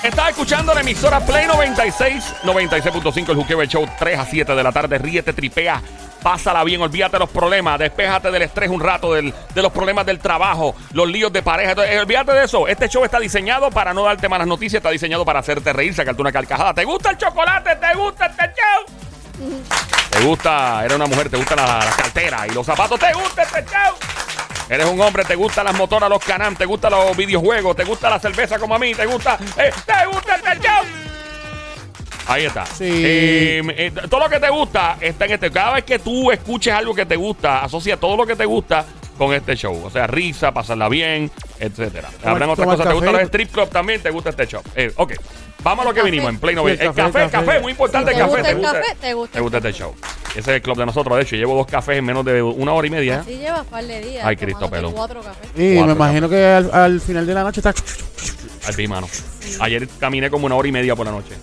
Estás escuchando la emisora Play 96, 96.5, el Juqueo el Show, 3 a 7 de la tarde. Ríete, tripea, pásala bien, olvídate los problemas, despéjate del estrés un rato, del- de los problemas del trabajo, los líos de pareja. Entonces, eh, olvídate de eso. Este show está diseñado para no darte malas noticias, está diseñado para hacerte reír, sacarte una carcajada. ¿Te gusta el chocolate? ¿Te gusta este show? ¿Te gusta? Eres una mujer, te gustan las las carteras y los zapatos. ¿Te gusta este show? Eres un hombre, te gustan las motoras, los canam, te gustan los videojuegos, te gusta la cerveza como a mí, te gusta, eh, te gusta este show. Ahí está. Eh, eh, todo lo que te gusta está en este. Cada vez que tú escuches algo que te gusta, asocia todo lo que te gusta con este show. O sea, risa, pasarla bien, etcétera. Habrán otras toma cosas. ¿Te gustan café. los strip club también? ¿Te gusta este show? Eh, ok. Vamos a lo que Café. vinimos en Play 90. Sí, El café, café, el café. café, muy importante Si te el café. gusta el café, te gusta Te el gusta este show. Ese es el club de nosotros. De hecho, llevo dos cafés en menos de una hora y media. Sí llevas par de días. Ay, tomándote Cristo, pelo. Cuatro cafés. Y Cuatro me imagino que al, al final de la noche está. Al fin, mano. Ayer caminé como una hora y media por la noche.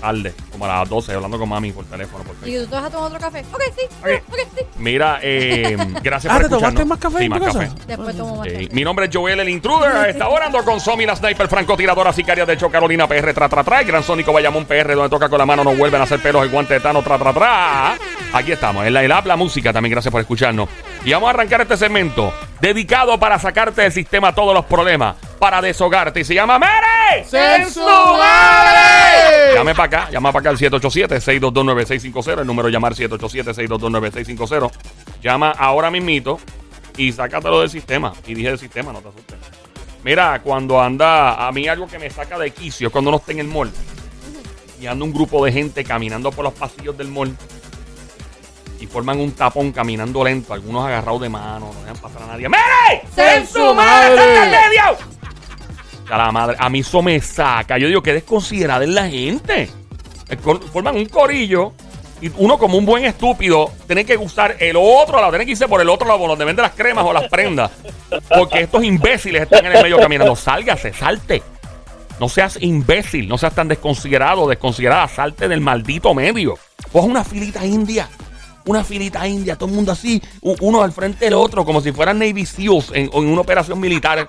Tarde, como a las 12, hablando con mami por teléfono. Por Y Facebook. tú te vas a tomar otro café. Ok, sí. Ok. Ok, sí. Mira, eh, gracias Ah, por ¿te tomaste escucharnos. más café Sí, en más tu casa? café. Después tomo más Eh, café. mi nombre es Joel el Intruder. A esta hora ando con Somi, la sniper, francotiradora, sicaria de hecho, Carolina PR, tra, tra, tra. El gran Sónico Bayamón PR, donde toca con la mano, no vuelven a hacer pelos, el guante de Tano, tra, tra, tra. Aquí estamos, en la, el app, la música también, gracias por escucharnos. Y vamos a arrancar este segmento dedicado para sacarte del sistema todos los problemas, para deshogarte. Y se llama Mere. Llame para acá, llama para acá al 787-622-9650, el número de llamar 787-622-9650. Llama ahora mismito y sácatelo del sistema. Y dije del sistema, no te asustes. Mira, cuando anda, a mí algo que me saca de quicio es cuando no esté en el mall y anda un grupo de gente caminando por los pasillos del mall y forman un tapón caminando lento, algunos agarrados de mano, no dejan pasar a nadie. ¡Mire! ¡Sen su madre! ¡Saca el medio! A la madre, a mí eso me saca. Yo digo, qué desconsiderada es la gente. Eh, con- Forman un corillo y uno como un buen estúpido tiene que usar el otro lado, tiene que irse por el otro lado, por donde venden las cremas o las prendas. Porque estos imbéciles están en el medio caminando. Sálgase, salte. No seas imbécil, no seas tan desconsiderado, desconsiderada, salte del maldito medio. Coge una filita india, una filita india, todo el mundo así, u- uno al frente del otro, como si fueran Navy SEALs en, o en una operación militar,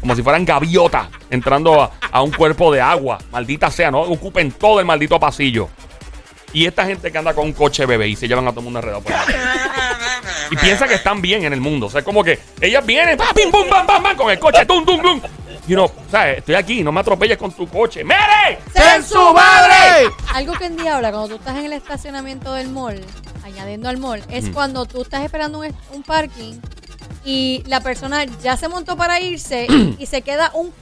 como si fueran gaviotas entrando a, a un cuerpo de agua. Maldita sea, no ocupen todo el maldito pasillo. Y esta gente que anda con un coche bebé y se llevan a todo el mundo enredado por ahí. Y piensa que están bien en el mundo. O sea, es como que ellas vienen, pa, pim, pum, pam, pam, pam, con el coche, tum, tum, tum. Y uno, ¿sabes? Estoy aquí, no me atropelles con tu coche. ¡Mere! ¡Sen su madre! Algo que en diabla, cuando tú estás en el estacionamiento del mall, añadiendo al mall, es cuando tú estás esperando un, es- un parking y la persona ya se montó para irse y se queda un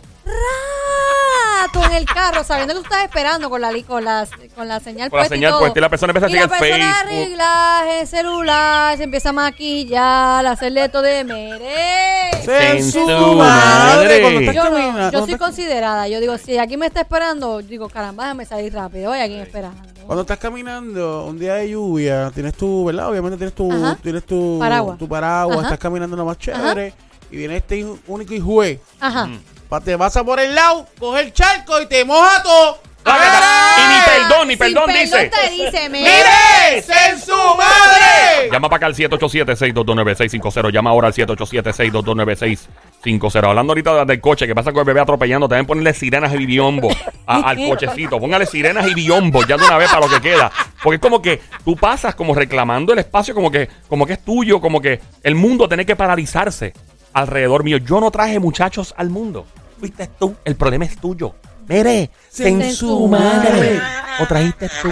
rato en el carro, sabiendo que tú estás esperando con la, li- con la, con la señal Con la señal todo. puesta y la persona empieza a Y chequear la el persona Facebook. arregla el celular, se empieza a maquillar, a hacerle todo de mere. En su tu madre. madre! Cuando estás Yo, no, caminando, yo cuando soy estás- considerada. Yo digo, si aquí me está esperando, digo, caramba, déjame salir rápido. Hay alguien esperando. Cuando estás caminando un día de lluvia, tienes tu, ¿verdad? Obviamente tienes tu, Ajá. tienes tu Paraguas. tu paraguas, Ajá. estás caminando nomás chévere y viene este hijo- único hijo de- Ajá. pa- te pasa por el lado, coge el charco y te moja todo. Y ni perdón, ni Sin perdón, dice. te dice, mira. ¡Mire! ¡Sen su madre! Llama para acá al 787-622-9650. Llama ahora al 787-622-9650. Hablando ahorita de- del coche, que pasa con el bebé atropellando, también ponerle sirenas y biombo a- al cochecito. Póngale sirenas y biombo ya de una vez para lo que queda. Porque es como que tú pasas como reclamando el espacio, como que, como que es tuyo, como que el mundo tiene que paralizarse alrededor mío. Yo no traje muchachos al mundo. Fuiste tú. El problema es tuyo. Mire, en su madre. O trajiste tú.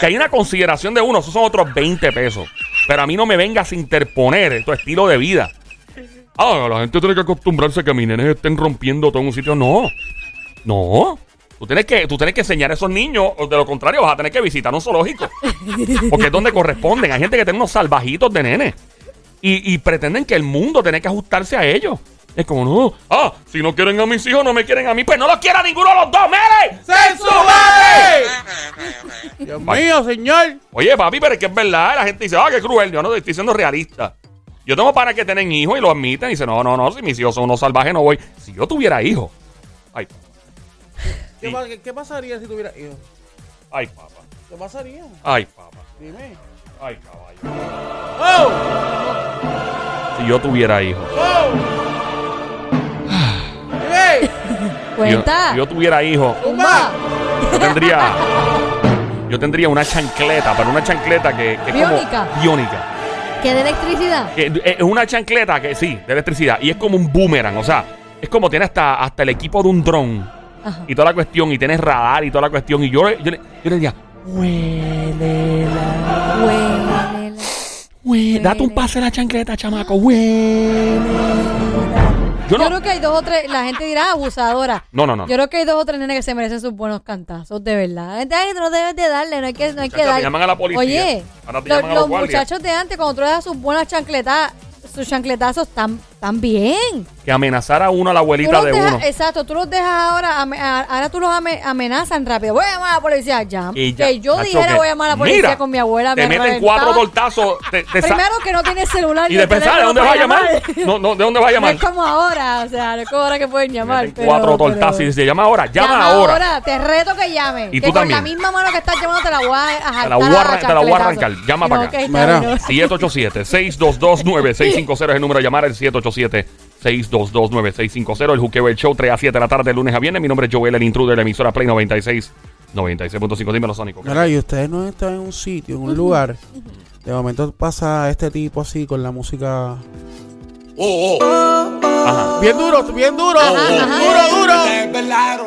Que hay una consideración de uno, esos son otros 20 pesos. Pero a mí no me vengas a interponer tu estilo de vida. Ah, la gente tiene que acostumbrarse a que mis nenes estén rompiendo todo en un sitio. No. No. Tú tienes, que, tú tienes que enseñar a esos niños, o de lo contrario vas a tener que visitar un zoológico. Porque es donde corresponden. Hay gente que tiene unos salvajitos de nenes. Y, y pretenden que el mundo tiene que ajustarse a ellos. Es como, no, ah, si no quieren a mis hijos, no me quieren a mí. Pues no los quiera ninguno de los dos, mire. ¡En su madre! Dios mío, señor. Oye, papi, pero es que es verdad. La gente dice, ah, qué cruel. Yo no estoy siendo realista. Yo tengo para que tienen hijos y lo admiten. Y dicen, no, no, no, si mis hijos son unos salvajes, no voy. Si yo tuviera hijos. Ay, ¿Qué, Sí. pa- qué- qué pasaría si tuviera hijos? ay, papá. ¿Qué pasaría? Ay, papá. Dime. Ay, caballo. ¡Oh! Si yo tuviera hijos. ¡Oh! ¡Dime! Si yo- Cuenta. si yo tuviera hijos. ¡Tumba! Yo tendría. Yo tendría una chancleta, pero una chancleta que, que es como- Biónica. biónica. ¿Qué de electricidad? Que eh, es una chancleta que sí, de electricidad. Y es como un boomerang. O sea, es como tiene hasta, hasta el equipo de un dron. Ajá. Y toda la cuestión. Y tienes radar y toda la cuestión. Y yo, le- yo, le, yo le diría, Huélela. Güey, date un pase a la chancleta, chamaco. Güey. yo Yo no. creo que hay dos o tres, la gente dirá abusadora. No, no, no. Yo creo que hay dos o tres nenes que se merecen sus buenos cantazos, de verdad. Gente, ay, no debes de darle, no hay que, no hay que Muchachos, darle. te llaman a la policía. Oye, Ahora te lo- llaman a los los guardias. muchachos de antes, cuando tú le das sus buenas chancletas, sus chancletazos están tan bien. Que amenazara a uno a la Tú abuelita los de dejas- uno. Exacto, tú los dejas ahora, ame- a- ahora tú los ame- amenazan rápido. Voy a llamar a la policía, ya. Y ya, que yo macho, dijera que- voy a llamar a la policía Mira, con mi abuela. Te me meten reventaba. cuatro tortazos. Te, te sa- Primero que no tienes celular. y ni de pensar, ¿de teléfono dónde vas para a llamar? llamar. No, no, ¿de dónde vas a No llamar? es como ahora, o sea, no es como ahora que pueden llamar. Meten pero- cuatro pero- tortazos y se llama ahora. Llama, ahora. Te reto que llame. Y que tú con también. la misma mano que estás llamando te la voy a jaltar Te la voy a a arran- te la voy a arrancar. chancletazo. Llama Y para no, acá. ok, está Mira. bien, no. 787-622-9650 es el número de llamar, el 787-622-9650, el juqueo del show, 3 a 7 de la tarde, lunes a viernes. Mi nombre es Joel, el intruder de la emisora Play 96, 96.5, dímelo, Sónico. Mira, y ustedes no están en un sitio, en un lugar. De momento pasa este tipo así con la música. Oh, Ajá. Oh, Bien duro, bien duro. Duro, duro.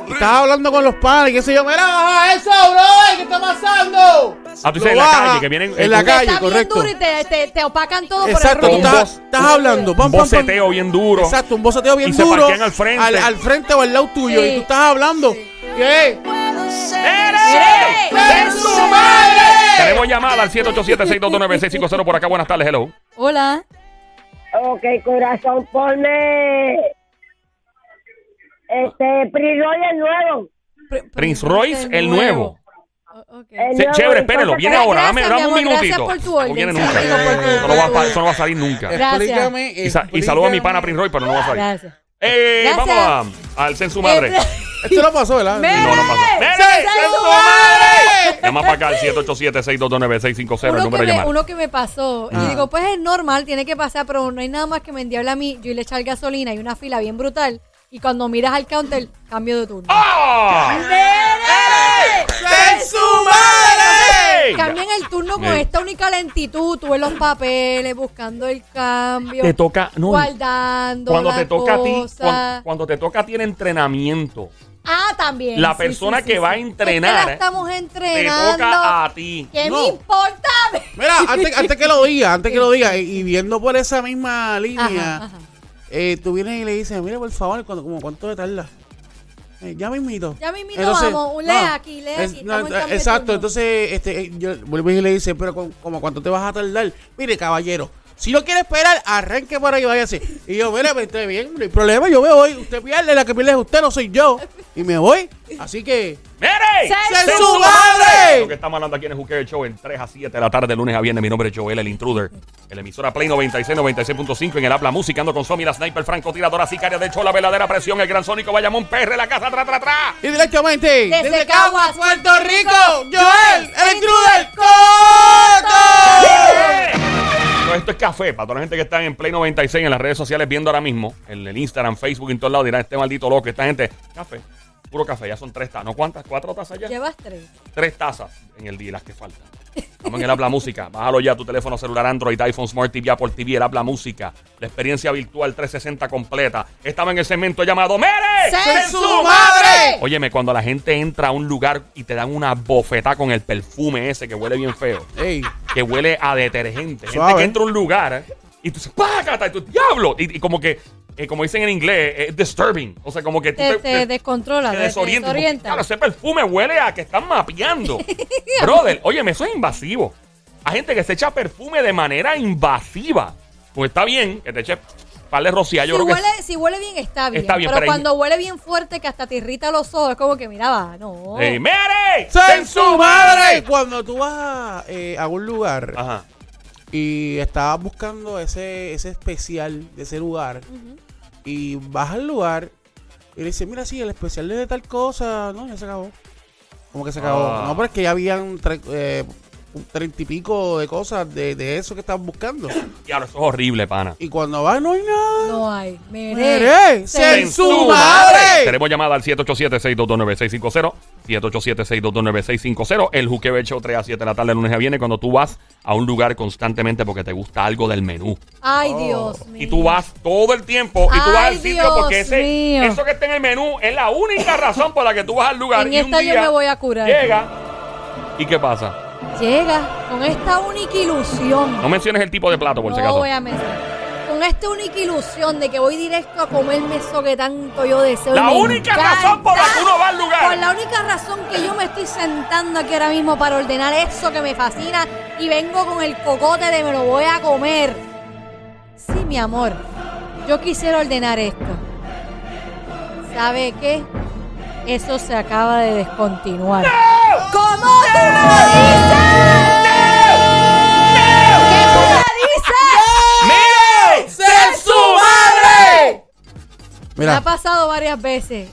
Y Estaba hablando con los padres, qué sé yo. Mira, baja eso, bro. ¿Qué está pasando? Ah, tú dices Lo en la baja. calle, que vienen... En eh, la Porque calle, está correcto. bien duro y te, te, te opacan todo por Exacto, tú el Un ruido. estás, voz- estás hablando. un Pam, pam, pam. boceteo bien duro. Exacto, un boceteo bien Y se duro. parquean al frente. Al, al frente o al lado tuyo. Sí. Y tú estás hablando. ¿Qué? ¡Eres! ¡Es su madre! Tenemos llamada al 787-622-9650 por acá. Buenas tardes, hello. Hola. Ok, corazón, ponme. Este, Prince Royce el nuevo. Pr- Prince Royce, el nuevo. O- ok. El Sí, nuevo, chévere, el espérenlo. cosa Viene que- ahora. Dame, gracias, dame un mi amor, gracias minutito. por tu No viene orden. nunca. Sí, digo, por tu- Eso no, va a, pa- eso no va a salir nunca. Gracias. Explícame, Y, sa- y saluda a mi pana Prince Roy, pero no va a salir. Gracias. Eh, Gracias. Este- vamos a- al Sen su madre. Esto lo pasó, ¿verdad? Me- No, no pasa. ¡Mere, ¡Sen Sen su su madre! Llama para acá al 787-622-9650, el Uno número que, de me, llamar. uno que me pasó, Ah. y digo, pues es normal, tiene que pasar, pero no hay nada más que me endiabla a mí. Yo le echar gasolina y una fila bien brutal. Y cuando miras al counter, cambio de turno. ¡Ah! ¡Es su madre! ¡Ey! Cambian el turno con Ey. esta única lentitud. Tú ves los papeles, buscando el cambio. Te toca, no. guardando. Cuando la te toca a ti, cosa. cuando, cuando te toca a ti el entrenamiento, Ah, también. la persona que va a Es que la entrenar, ¿eh? estamos te entrenando. toca a ti. ¿Qué No. me importa? Mira, antes, antes que lo diga, antes que lo diga, y, y viendo por esa misma línea, Ajá, ajá. eh, tú vienes y le dices, mire, por favor, ¿cuánto, como, ¿cuánto te tarda? Eh, ya mismito. Ya mismito, Entonces, vamos, un lea aquí, lea es- aquí, no, estamos en cambio de exacto, turno. entonces este, eh, yo vuelvo y le dice, pero con- como cuánto te vas a tardar. Mire, caballero, si no quiere esperar, arranque por ahí, váyase. Y yo, mire, pues, está bien, no hay problema, yo me voy. Usted pierde, la que pierde es usted, no soy yo. Y me voy. Así que... ¡Mere! ¡Sé ¡Sé su su madre! Lo que estamos hablando aquí en el Juqueo Show en 3 a 7 de la tarde, de lunes a viernes. Mi nombre es Joel, el intruder. En la emisora Play 96, 96.5 en el Habla Música. Ando con Somi, la sniper, francotiradora, sicaria. De hecho, la verdadera presión, el gran sónico, Bayamón, PR, la casa, tra, tra, tra. Y directamente Desde Caguas, Puerto Rico, Rico, Joel, el el intruder Coto. Todo esto es café para toda la gente que está en Play 96 en las redes sociales viendo ahora mismo, en el Instagram, Facebook, en todos lados, dirán este maldito loco, esta gente, café, puro café, ya son tres tazas, ¿no cuántas? ¿Cuatro tazas ya? Llevas tres. Tres tazas en el día, las que faltan. Vamos en el Habla Música, bájalo ya a tu teléfono celular Android, iPhone, Smart TV, Apple TV, el Habla Música, la experiencia virtual 360 completa. Estaba en el segmento llamado ¡Mere! ¡Sé su madre! Óyeme, cuando la gente entra a un lugar y te dan una bofetada con el perfume ese que huele bien feo, Ey, que huele a detergente. Gente Suave. que entra a un lugar y tú dices, ¡págata! Y tú, ¡diablo! Y, y como que, eh, como dicen en inglés, es disturbing. O sea, como que tú Te, te descontrola, te te desorienta. Como que, desorienta. Claro, ese perfume huele a que están mapeando. Brother, óyeme, eso es invasivo. Hay gente que se echa perfume de manera invasiva. Pues está bien que te eche par de rocía. Yo si, creo que huele, si huele bien, está bien. Está bien, pero pero ahí- cuando huele bien fuerte, que hasta te irrita los ojos, es como que, mira, va, no. ¡Ey, mere! ¡Sé ¡Ten su madre! Cuando tú vas eh, a un lugar Ajá. y estabas buscando ese, ese especial de ese lugar y vas al lugar y le dices, mira, sí, el especial es de tal cosa, no, ya se acabó. Como que se acabó. Ah. No, pero es que ya habían tre- eh, un treinta y pico de cosas de, de eso que estabas buscando. Diablo, eso es horrible, pana. Y cuando vas no hay nada. No hay. Mere. Mere, Se- ¡En su madre! Tenemos llamada al 787-622-9650. 787-622-9650. El Juqueo Show 3 a 7 de la tarde, lunes a viernes, cuando tú vas a un lugar constantemente porque te gusta algo del menú. Ay, Dios mío. Oh, Y tú vas todo el tiempo y tú vas al Ay, sitio Dios porque ese, mío. eso que está en el menú es la única razón por la que tú vas al lugar. En y un esta yo día me voy a curar. Llega. ¿Y qué pasa? Llega con esta única ilusión. No menciones el tipo de plato, por si No acaso. voy a mencionar. Con esta única ilusión de que voy directo a comerme eso que tanto yo deseo. y La me única razón por la que uno va al lugar. Por la única razón que yo me estoy sentando aquí ahora mismo para ordenar eso que me fascina y vengo con el cocote de me lo voy a comer. Sí, mi amor. Yo quisiera ordenar esto. ¿Sabe qué? Eso se acaba de descontinuar. ¿Cómo tú me dices? ¡Mire! ¡Ser su madre! Me ha Mira, pasado varias veces.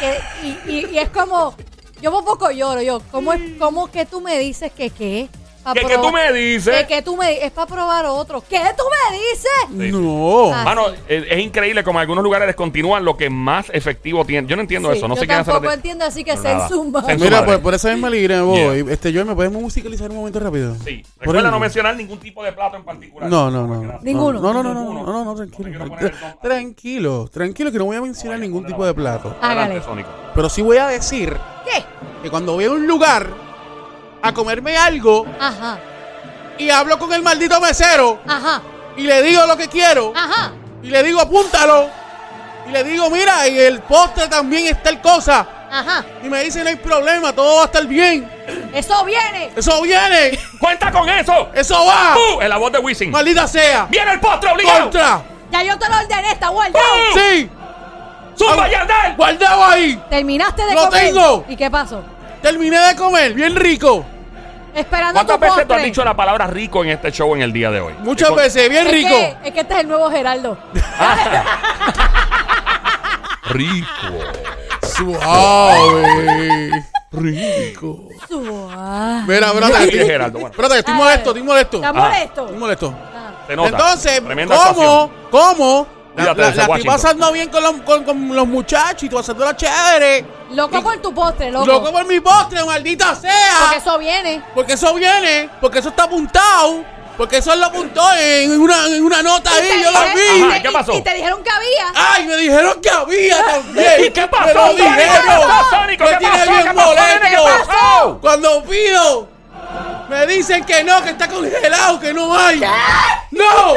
Que- y, y- y es como, yo por poco lloro, yo. ¿Cómo, es, cómo que tú me dices que qué? Pa' ¿Qué, qué probar- tú me dices? Que, que tú me di- Es para probar otro. ¿Qué tú me Sí. dices? no. Ah, Mano, es, es increíble como algunos lugares descontinúan lo que más efectivo tiene. Yo no entiendo Sí, eso, no yo sé qué hacer. tampoco entiendo, así que No, se nada. zumba. Sen- Mira, pues, madre. por, por esa misma línea voy. Este, Joel, ¿me puedes musicalizar un momento rápido? Sí. Por Recuerda ahí. no mencionar ningún tipo de plato en particular. No, no, no. Ninguno. No, no, no, no, Ninguno. no, no, no, No tranquilo. te quiero poner el Tranquilo, tranquilo, que no voy a mencionar ningún tipo de plato. Hágale. Adelante, Sónico. Pero sí voy a decir ¿Qué? que cuando voy a un lugar a comerme algo Ajá, y hablo con el maldito mesero ajá, y le digo lo que quiero ajá. y le digo apúntalo y le digo mira, y el postre también es tal cosa Ajá, y me dice no hay problema, todo va a estar bien, eso viene. eso viene, ¡Cuenta con eso! eso va, ¡Pum! Es la voz de Wisin. maldita sea, ¡Viene el postre obligado! Ah. contra, Ya yo te lo ordené, está guardado. ¡Pum! sí, ¡Zumba, Yandel! guardado ahí, Terminaste de ¡Lo comer. tengo! ¿Y qué pasó? terminé de comer, bien rico. Esperando tu ¿Cuántas veces tú has postre. dicho la palabra rico en este show en el día de hoy? Muchas Con- veces, bien Es rico. que- es que este es el nuevo Geraldo. Rico. Suave. Rico. Suave. eh. Ah. Mira, brota. Así es, Gerardo. Bueno, Brota, estoy molesto, estoy molesto. ¿Estás Estoy Ah. molesto? molesto. Ah. se nota. Entonces, Tremenda ¿cómo? actuación. ¿Cómo? La, Cuídate la- de ese la estoy Washington. pasando bien con los, con, con los muchachos y tú haciéndolo chévere. Loco por tu postre, loco. Loco por mi postre, maldita Porque sea. eso viene. Porque eso viene, porque eso está apuntado, porque eso lo apuntó en una, en una nota Y te ahí, yo lo dijeron- vi. Ajá, ¿qué y- pasó? Ah, Y te dijeron que había. ¡Ay, me dijeron que había también! ¿Y qué ¡Me pasó, lo Sónico? ¿Qué dijeron! pasó, Sónico? Me ¿Qué tiene pasó? bien ¿Qué pasó, nene? ¿Qué molesto. pasó? Cuando pido, me dicen que no, que está congelado, que no hay. ¡No!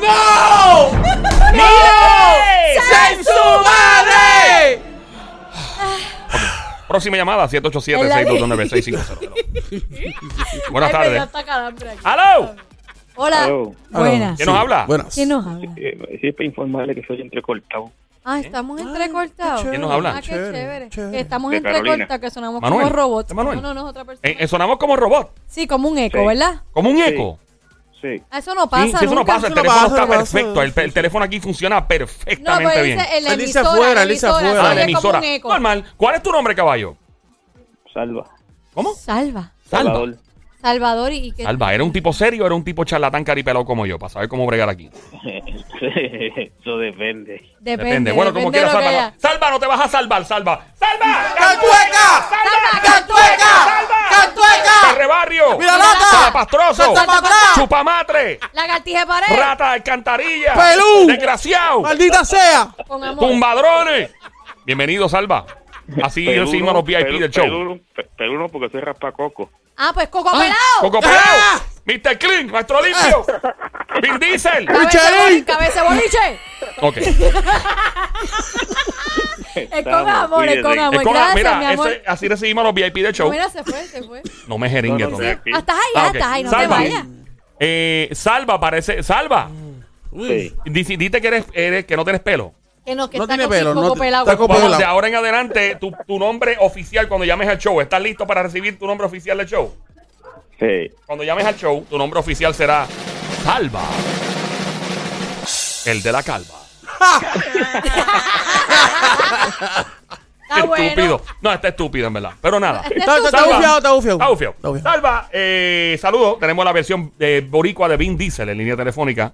¡No! ¡Mire! ¡No! ¡Sen su madre! Próxima llamada, 787-629-650. Buenas Ay, me dio tardes. Ah, hasta calambre aquí. ¡Aló! Hola. Buenas. Ah, ¿Quién nos habla? Buenas. ¿Quién nos habla? Eh, sí, es para informarle que soy entrecortado. ¿Eh? Ah, estamos qué entrecortados. chévere, ¿Quién nos habla? Ah, qué chévere, chévere. chévere. Estamos De Carolina. entrecortados que sonamos Manuel, como robots. ¿es Manuel? No, no, no es otra persona. Eh, eh, sonamos como robot, Sí, como un eco, Sí. ¿verdad? como un eco. Sí. Ah, Eso no Sí, pasa sí, eso no nunca. pasa, el Eso no teléfono pasa, está no pasa. perfecto. El, el teléfono aquí funciona No, perfectamente pero bien. dice en la Él dice emisora. afuera, en él la dice emisora, afuera. Ah, se en la oye como emisora. un eco. Normal. ¿Cuál es tu nombre, caballo? Salva. ¿Cómo? Salva. Salva. Salvador. Salvador y... y que- Salva, ¿era un tipo serio o era un tipo charlatán caripelado como yo? Para saber cómo bregar aquí. Eso depende. Depende. Depende. Bueno, como depende quieras, de lo que Salva. haya. no- Salva, no te vas a salvar, Salva. ¡Salva! ¡Cantueca! ¡Salva! ¡Cantueca! ¡Salva! ¡Cantueca! ¡Carrebarrio! ¡Mira lata! ¡Salapastroso! ¡Salta para atrás! ¡Chupamatre! Lagartija de pared. ¡Rata de alcantarilla! ¡Pelú! ¡Desgraciado! ¡Maldita sea! Con amor. ¡Tumbadrones! Bienvenido, Salva. Así Peludo, recibimos a los VIP pelu- del show. peludo, pe- peludo porque soy raspacoco. Ah, pues Coco Ah, Pelao. ¡Coco Pelao! Ah. ¡Mr. Clean! ¡Maestro Limpio! ¡Vin Diesel! Cabeza Chelín. boli- Cabeza boliche. Ok. Es con amor, es con cuídense. amor. Es con la- Gracias, mi mira, amor. ese- así recibimos a los VIP del show. Mira, se fue, se fue. No me jeringue, No, no, Tommy. no. Sí. Ah, estás ahí, Ah, ah, ok. estás ahí, no Salva. te vayas. Eh, salva, parece. Salva. Uy. Dici- Dite que, eres, eres- que no tienes pelo. Que no, que No está tiene Coco- pelo, no Coco te- Pelao. está Coco- Vamos, Pelao. de ahora en adelante, tu, tu nombre oficial cuando llames al show. ¿Estás listo para recibir tu nombre oficial del show? Sí. Cuando llames al show, tu nombre oficial será Salva. El de la calva. Está estúpido. bueno. Este No, está estúpido, en verdad. Pero nada. Está Está, está, está estúpido. bufiado, está bufiado. Está bufiado. Está bufiado. Salva, eh, saludos. Tenemos la versión de boricua de Vin Diesel en línea telefónica.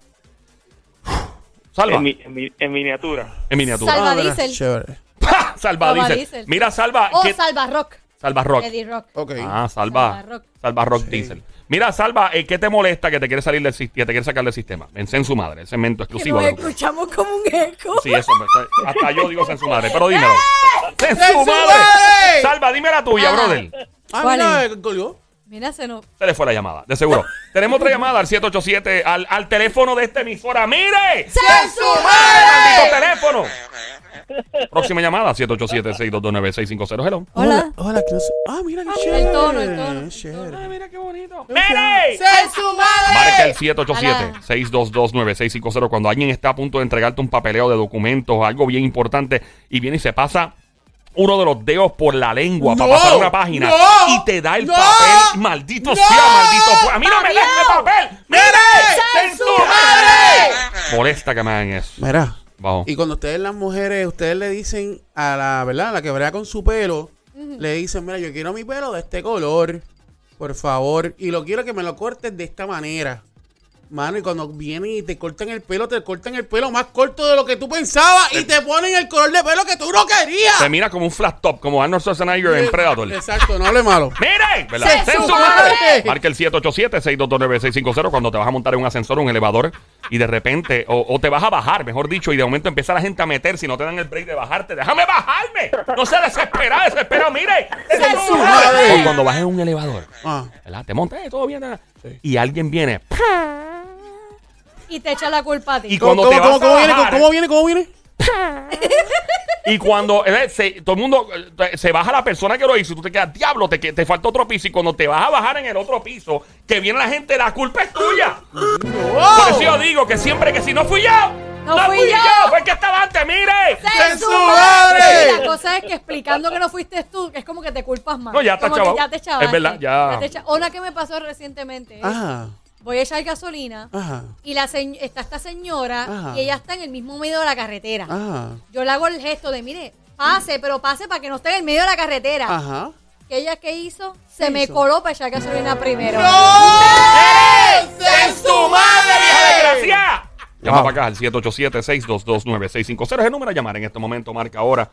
Salva, en, En, mi- en mi- en miniatura. miniatura. Salva Ah, mira, Diesel. Chévere. ¡Pah! Salva, Salva Diesel. Diesel. Mira, Salva. O que- Oh, Salva Rock. Salva Rock. Eddie Rock. Ok. Ah, Salva. Salva Rock. Salva Rock Diesel. Mira, Salva, eh, ¿qué te molesta que te quiere salir del sistema? Te quiere sacar del sistema. En Sen su madre, el segmento Que exclusivo. nos de- escuchamos como un eco. ¡Eh! Sí, eso. me- Hasta yo digo Sen su madre, pero dímelo. ¡Sen ¡Sen su su madre! madre! Salva, dime la tuya, Ajá. brother. Ah, ¿Cuál mira, es? eh, colgó. Mira, se nos. Se le fue la llamada, de seguro. Tenemos otra llamada al 787, al, al teléfono de esta emisora. ¡Mire! ¡Maldito teléfono! Próxima llamada, 787-622-9650. Hello. Hola. Hola, ¿qué es? Ah, mira qué chévere. El tono, el tono, el Chévere. tono. ¡Mire! ¡Ser su madre! Marca el 787-622-9650 cuando alguien está a punto de entregarte un papeleo de documentos, algo bien importante, y viene y se pasa uno de los dedos por la lengua para No, pasar una página no, y te da el no, papel. ¡Maldito no, sea, maldito! fu- ¡A mí no me des este papel! ¡Mire! ¡Sen su madre! Molesta que me hagan eso. Mira, Bajo. y cuando ustedes las mujeres, ustedes le dicen a la, ¿verdad? A la que brega con su pelo, le dicen, mira, yo quiero mi pelo de este color, por favor, y lo quiero que me lo cortes de esta manera. Mano, y cuando vienen y te cortan el pelo, te cortan el pelo más corto de lo que tú pensabas y te ponen el color de pelo que tú no querías. Eh, Se mira como un flat top, como Arnold Schwarzenegger en Predator. Exacto, no hable malo. ¡Miren! ¿Verdad? ¡Se ¡Sen su sube! madre! Marca el 787-622-9650 cuando te vas a montar en un ascensor o un elevador y de repente, o, o te vas a bajar, mejor dicho, y de momento empieza la gente a meter si no te dan el break de bajarte. ¡Déjame bajarme! ¡No se desespera, desespera! ¡Mire! ¡Se sube! O cuando vas en un elevador, Ah, ¿verdad? Te montas, eh, todo bien, nada. y alguien viene. Y te echa la culpa a ti. Y cuando te vas a viene, bajar- ¿Cómo viene? ¿Cómo viene? Y cuando eh, se- todo el mundo eh, se baja la persona que lo hizo, y tú te quedas, diablo, te, que- te falta otro piso. Y cuando te vas a bajar en el otro piso, que viene la gente, la culpa es tuya. Por eso yo digo que siempre que si no fui yo, no, No fui, fui yo. yo. fue el que estaba antes, mire. ¡En su madre! Y La cosa es que explicando que no fuiste tú, que es como que te culpas más. No, ya está Como que chavao. Ya te chavaste. Es verdad, ya. te cha- Una que me pasó recientemente. es, Ajá, Voy a echar gasolina ajá, y la se- está esta señora Ajá. y ella está en el mismo medio de la carretera. ajá, Yo le hago el gesto de, mire, pase, pero pase para que no esté en el medio de la carretera. ajá. que ella que hizo se me coló para echar gasolina primero. ¡En su madre, vieja desgraciada! Llama Wow. para acá al 787-622-9650. Es el número a llamar en este momento, marca ahora.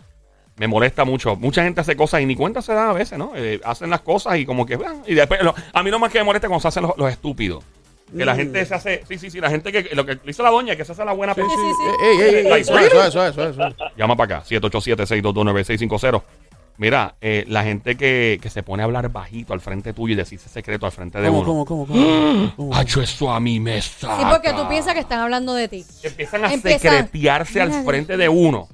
Me molesta mucho. Mucha gente hace cosas y ni cuenta se da a veces, ¿no? Eh, hacen las cosas y como que... ah, Y después, lo- a mí lo más que me molesta es cuando se hacen los, los estúpidos. Que Mm. la gente se hace... Sí, sí, sí. La gente que... Lo que dice la doña, que se hace la buena Sí, persona. sí, sí. Ey, ey, ey, Like, ey, suave, really? suave, suave, suave, suave. Llama para acá, 787-622-9650. Mira, eh, la gente que, que se pone a hablar bajito al frente tuyo y decirse secreto al frente de ¿Cómo, uno. cómo, cómo, cómo? ¿Cómo? Hacho, eso a mí me Sí, Eh, saca. porque tú piensas que están hablando de ti. Empiezan a Empieza- secretearse al Mira, frente de uno.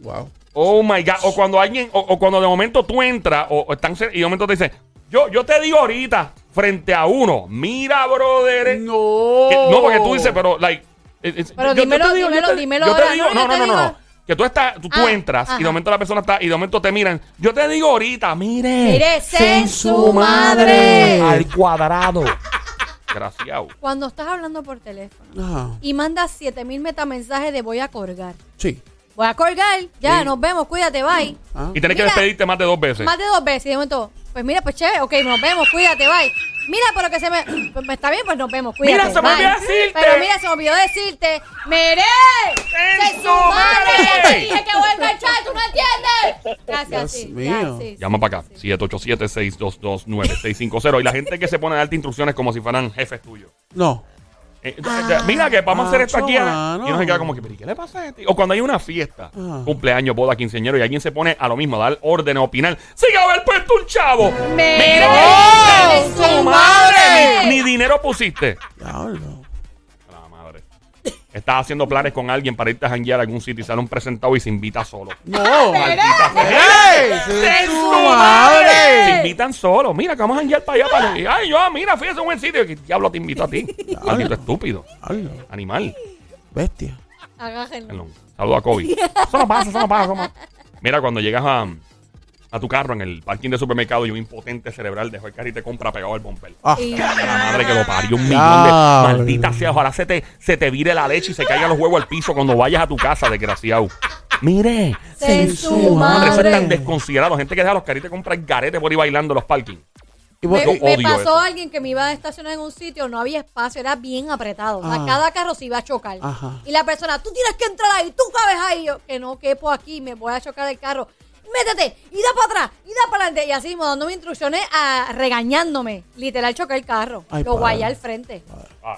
Wow. Oh my God. O cuando alguien, o, o cuando de momento tú entras, o, o están cer- y de momento te dicen, yo, yo te digo ahorita, frente a uno, mira, brother. eh, No. que- no, porque tú dices, pero, like. eh, eh, Oh. Pero yo- yo dímelo, te digo, dímelo, yo te- dímelo yo te ahora, digo- no, no, yo no, no, te no, digo- no. Que tú estás, tú, tú Ah, entras y de ajá. momento la persona está, y de momento te miran, yo te digo ahorita, mire. Mire, En en su madre. Al cuadrado. Graciado. Cuando estás hablando por teléfono Ajá. y mandas 7000 metamensajes de voy a colgar. Sí. Voy a colgar, ya, nos vemos, cuídate, bye. Ah. Y tenés que Mira. despedirte más de dos veces. Más de dos veces y de momento, pues mira, pues chévere, ok, nos vemos, cuídate, bye. Mira, pero que se me. Pues está bien, pues nos vemos, cuídate. Mira, se me bye. olvidó decirte. Pero mira, se me olvidó decirte. ¡Mire! ¡En ¡Se su su madre! madre! ¡Ya te dije que voy a enganchar! ¡Tú no entiendes! Dios Gracias, sí. mío. Ya, sí, sí. Llama para acá, 787-622-9650. Y la gente que se pone a darte instrucciones como si fueran jefes tuyos. No. Eh, eh, Ah. mira que vamos a hacer esto aquí. ah, macho, Y uno se queda como que, mano. "¿Pero y qué le pasa a este? O cuando hay una fiesta, Ah. cumpleaños, boda, quinceañero, y alguien se pone a lo mismo, a dar órdenes, a opinar. ¡Sigue a haber puesto un chavo! ¡Me ¡Mira! vale su madre! Ni, ni dinero pusiste. Diablo. La madre. Estás haciendo planes con alguien para irte a janguear a algún sitio y sale un presentado y se invita solo. No. Maldita sea. ¡Ey! ¡Se su madre! Se invitan solo. Mira, que vamos a janguear para allá. Para... y, Ay, yo, ah, mira, fíjate, un buen sitio. ¿Qué diablo te invito a ti? Ah, Maldito estúpido. Diablo. Animal. Bestia. Agájenlo. Perdón. Saludo a Kobe. Eso no pasa, eso no pasa. eso no pasa. Mira, cuando llegas a, a tu carro en el parking de supermercado y un impotente cerebral dejó el carro y te compra pegado al bumper. Ah. Y- A la madre que lo parió un millón de... Diablo. Maldita sea, ojalá se te, se te vire la leche y se caigan los huevos al piso cuando vayas a tu casa, desgraciado. Mire, Se su madre, eso es tan madre. desconsiderado. Gente que deja los carritos y compra el garete por ir bailando en los parkings. Y por- Me, Yo me odio pasó eso. alguien que me iba a estacionar en un sitio, no había espacio, era bien apretado. O sea, Ah. cada carro se iba a chocar. Ajá. Y la persona, tú tienes que entrar ahí, tú cabes ahí. Yo, que no quepo aquí, me voy a chocar el carro. Métete, y da para atrás, y da para adelante. Y así mismo, dándome instrucciones, a, regañándome. Literal, choqué el carro. Ay, Lo padre. Ah. guayé al frente.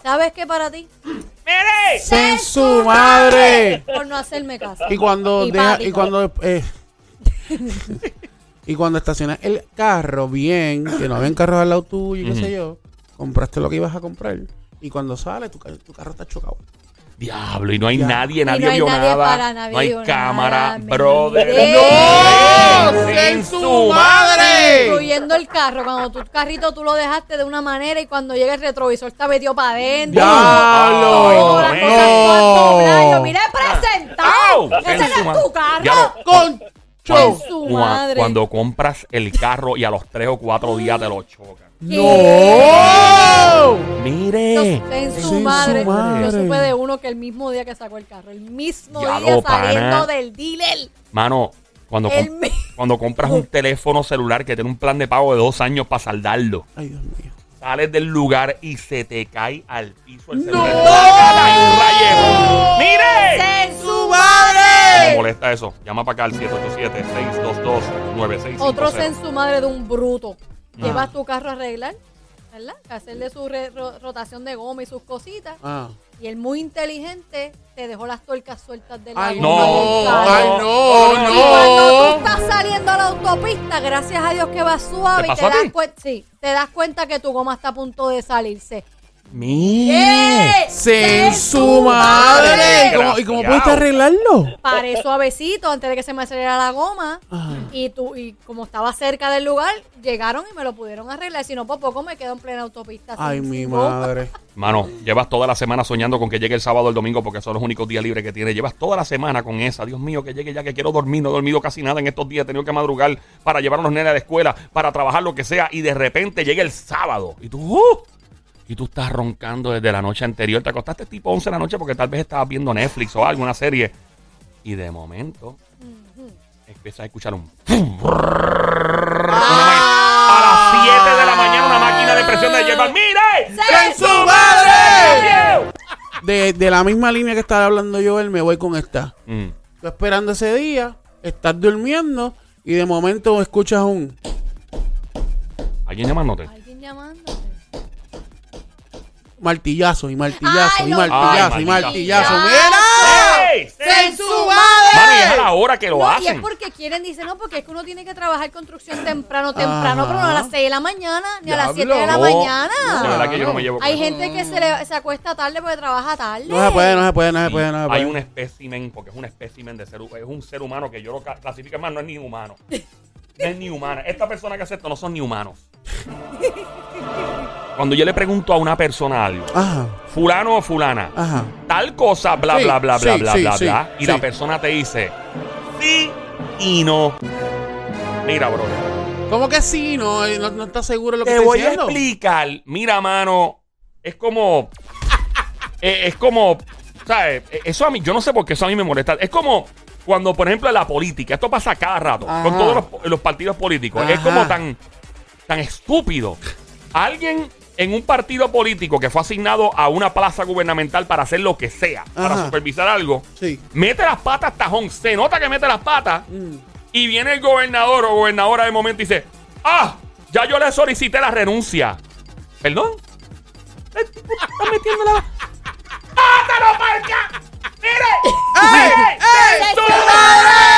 ¿Sabes qué para ti? ¡Mire! ¡Se ¡Se su madre! Por no hacerme caso. Y cuando Y deja- pático. y cuando eh, y cuando estacionas el carro bien, que no habían carros al lado tuyo, y qué sé yo, compraste lo que ibas a comprar y cuando sale tu, ca- tu carro está chocado. Diablo, y no hay Ya. nadie, nadie no hay vio nadie nada. para, nadie no hay vio cámara, nada, me- brother. ¡No! ¡Sin su madre! Incluyendo el carro, cuando tu carrito tú lo dejaste de una manera y cuando llega el retrovisor está metido para adentro. Ay, ¡Diablo! como las cosas cuando hablan, yo, Mira, ¡Au! presentado. Ese no es tu Diablo, carro. ¡Con! En ¡Chau! su cua- madre. Cuando compras el carro y a los tres o cuatro días te lo chocan. ¡No! Mire. En su, su madre. madre. Yo supe de uno que el mismo día que sacó el carro, el mismo Ya día lo, pana. saliendo del dealer. Mano, cuando, El com- mi- cuando compras un teléfono celular que tiene un plan de pago de dos años para saldarlo, Ay, Dios mío. sales del lugar y se te cae al piso el celular. ¡No! ¡Mire! ¡Se su Me madre! molesta eso. Llama para acá al 787-622-9656. Otro en su madre de un bruto. Llevas tu carro a arreglar, ¿verdad? A Hacerle su re- ro- rotación de goma y sus cositas. Ah. Y el muy inteligente te dejó las tuercas sueltas del Ay, goma no. del carro. Ay, no, No, no, Y cuando no. tú estás saliendo a la autopista, gracias a Dios que va suave ¿Te y te pasó a das, ti? cuen- sí, te das cuenta que tu goma está a punto de salirse. ¡Mire! ¡Eh! ¡Se ¡Se su madre! ¿Y cómo, y cómo pudiste arreglarlo? Paré suavecito antes de que se me acelerara la goma. Y tú, y como estaba cerca del lugar, llegaron y me lo pudieron arreglar. Si no, por poco me quedo en plena autopista. sin- Ay, mi sin goma. madre. Mano, llevas toda la semana soñando con que llegue el sábado o el domingo porque son los únicos días libres que tienes. Llevas toda la semana con esa. Dios mío, que llegue ya, que quiero dormir. No he dormido casi nada en estos días. He tenido que madrugar para llevar a los nenes a la escuela, para trabajar lo que sea. Y de repente llega el sábado. Y tú, ¡uh! Y tú estás roncando desde la noche anterior. Te acostaste tipo 11 de la noche porque tal vez estabas viendo Netflix o alguna serie. Y de momento, empiezas a escuchar un... Ah. A las 7 de la mañana una máquina de presión de llevar. ¡Mire! ¡En su madre! De, de la misma línea que estaba hablando yo, él me voy con esta. Mm. Tú esperando ese día, estás durmiendo y de momento escuchas un. ¿Alguien llamándote? Alguien llamándote. Martillazo y martillazo Ay, y lo- martillazo Ay, y maldita martillazo. sea. ¡Mira! ¡Ey! ¡En su Mano, y es a madre! la hora que lo No, y es hacen. porque quieren, dice, no, porque es que uno tiene que trabajar construcción temprano, temprano, Ajá. pero no a las 6 de la mañana, ni a las Diablo. 7 de la No, mañana. De verdad que yo no me llevo con Hay eso. gente que se, le- se acuesta tarde porque trabaja tarde. No se puede, no se puede, no se Sí, puede, no se Hay puede. un espécimen, porque es un espécimen de ser hu- es un ser humano que yo lo ca- clasifico, más no es ni humano. No es ni humana. Esta persona que hace esto no son ni humanos. Cuando yo le pregunto a una persona algo, Ajá, fulano o fulana, ajá. tal cosa, bla, Ah. Sí, bla, bla, sí, bla, bla, sí, bla, sí, bla, y sí. la persona te dice sí y no. Mira, bro. ¿Cómo que sí? No, Él no, no está seguro de lo que Te está voy a diciendo. explicar. Mira, mano, es como. eh, es como. ¿Sabes? Eh, Eso a mí, yo no sé por qué eso a mí me molesta. Es como cuando, por ejemplo, en la política, esto pasa cada rato, Ajá. con todos los, po- los partidos políticos. Es Ajá. como tan, tan estúpido. Alguien en un partido político que fue asignado a una plaza gubernamental para hacer lo que sea, para Ajá. supervisar algo, Sí. mete las patas tajón. Se nota que mete las patas. Mm. Y viene el gobernador o gobernadora de momento y dice, ah, ya yo le solicité la renuncia. ¿Perdón? Estás metiendo la... ¡Mira, no ¡Ah, marca! ¡Mire! ¡Mire! ¡Ey! ¡Tu madre!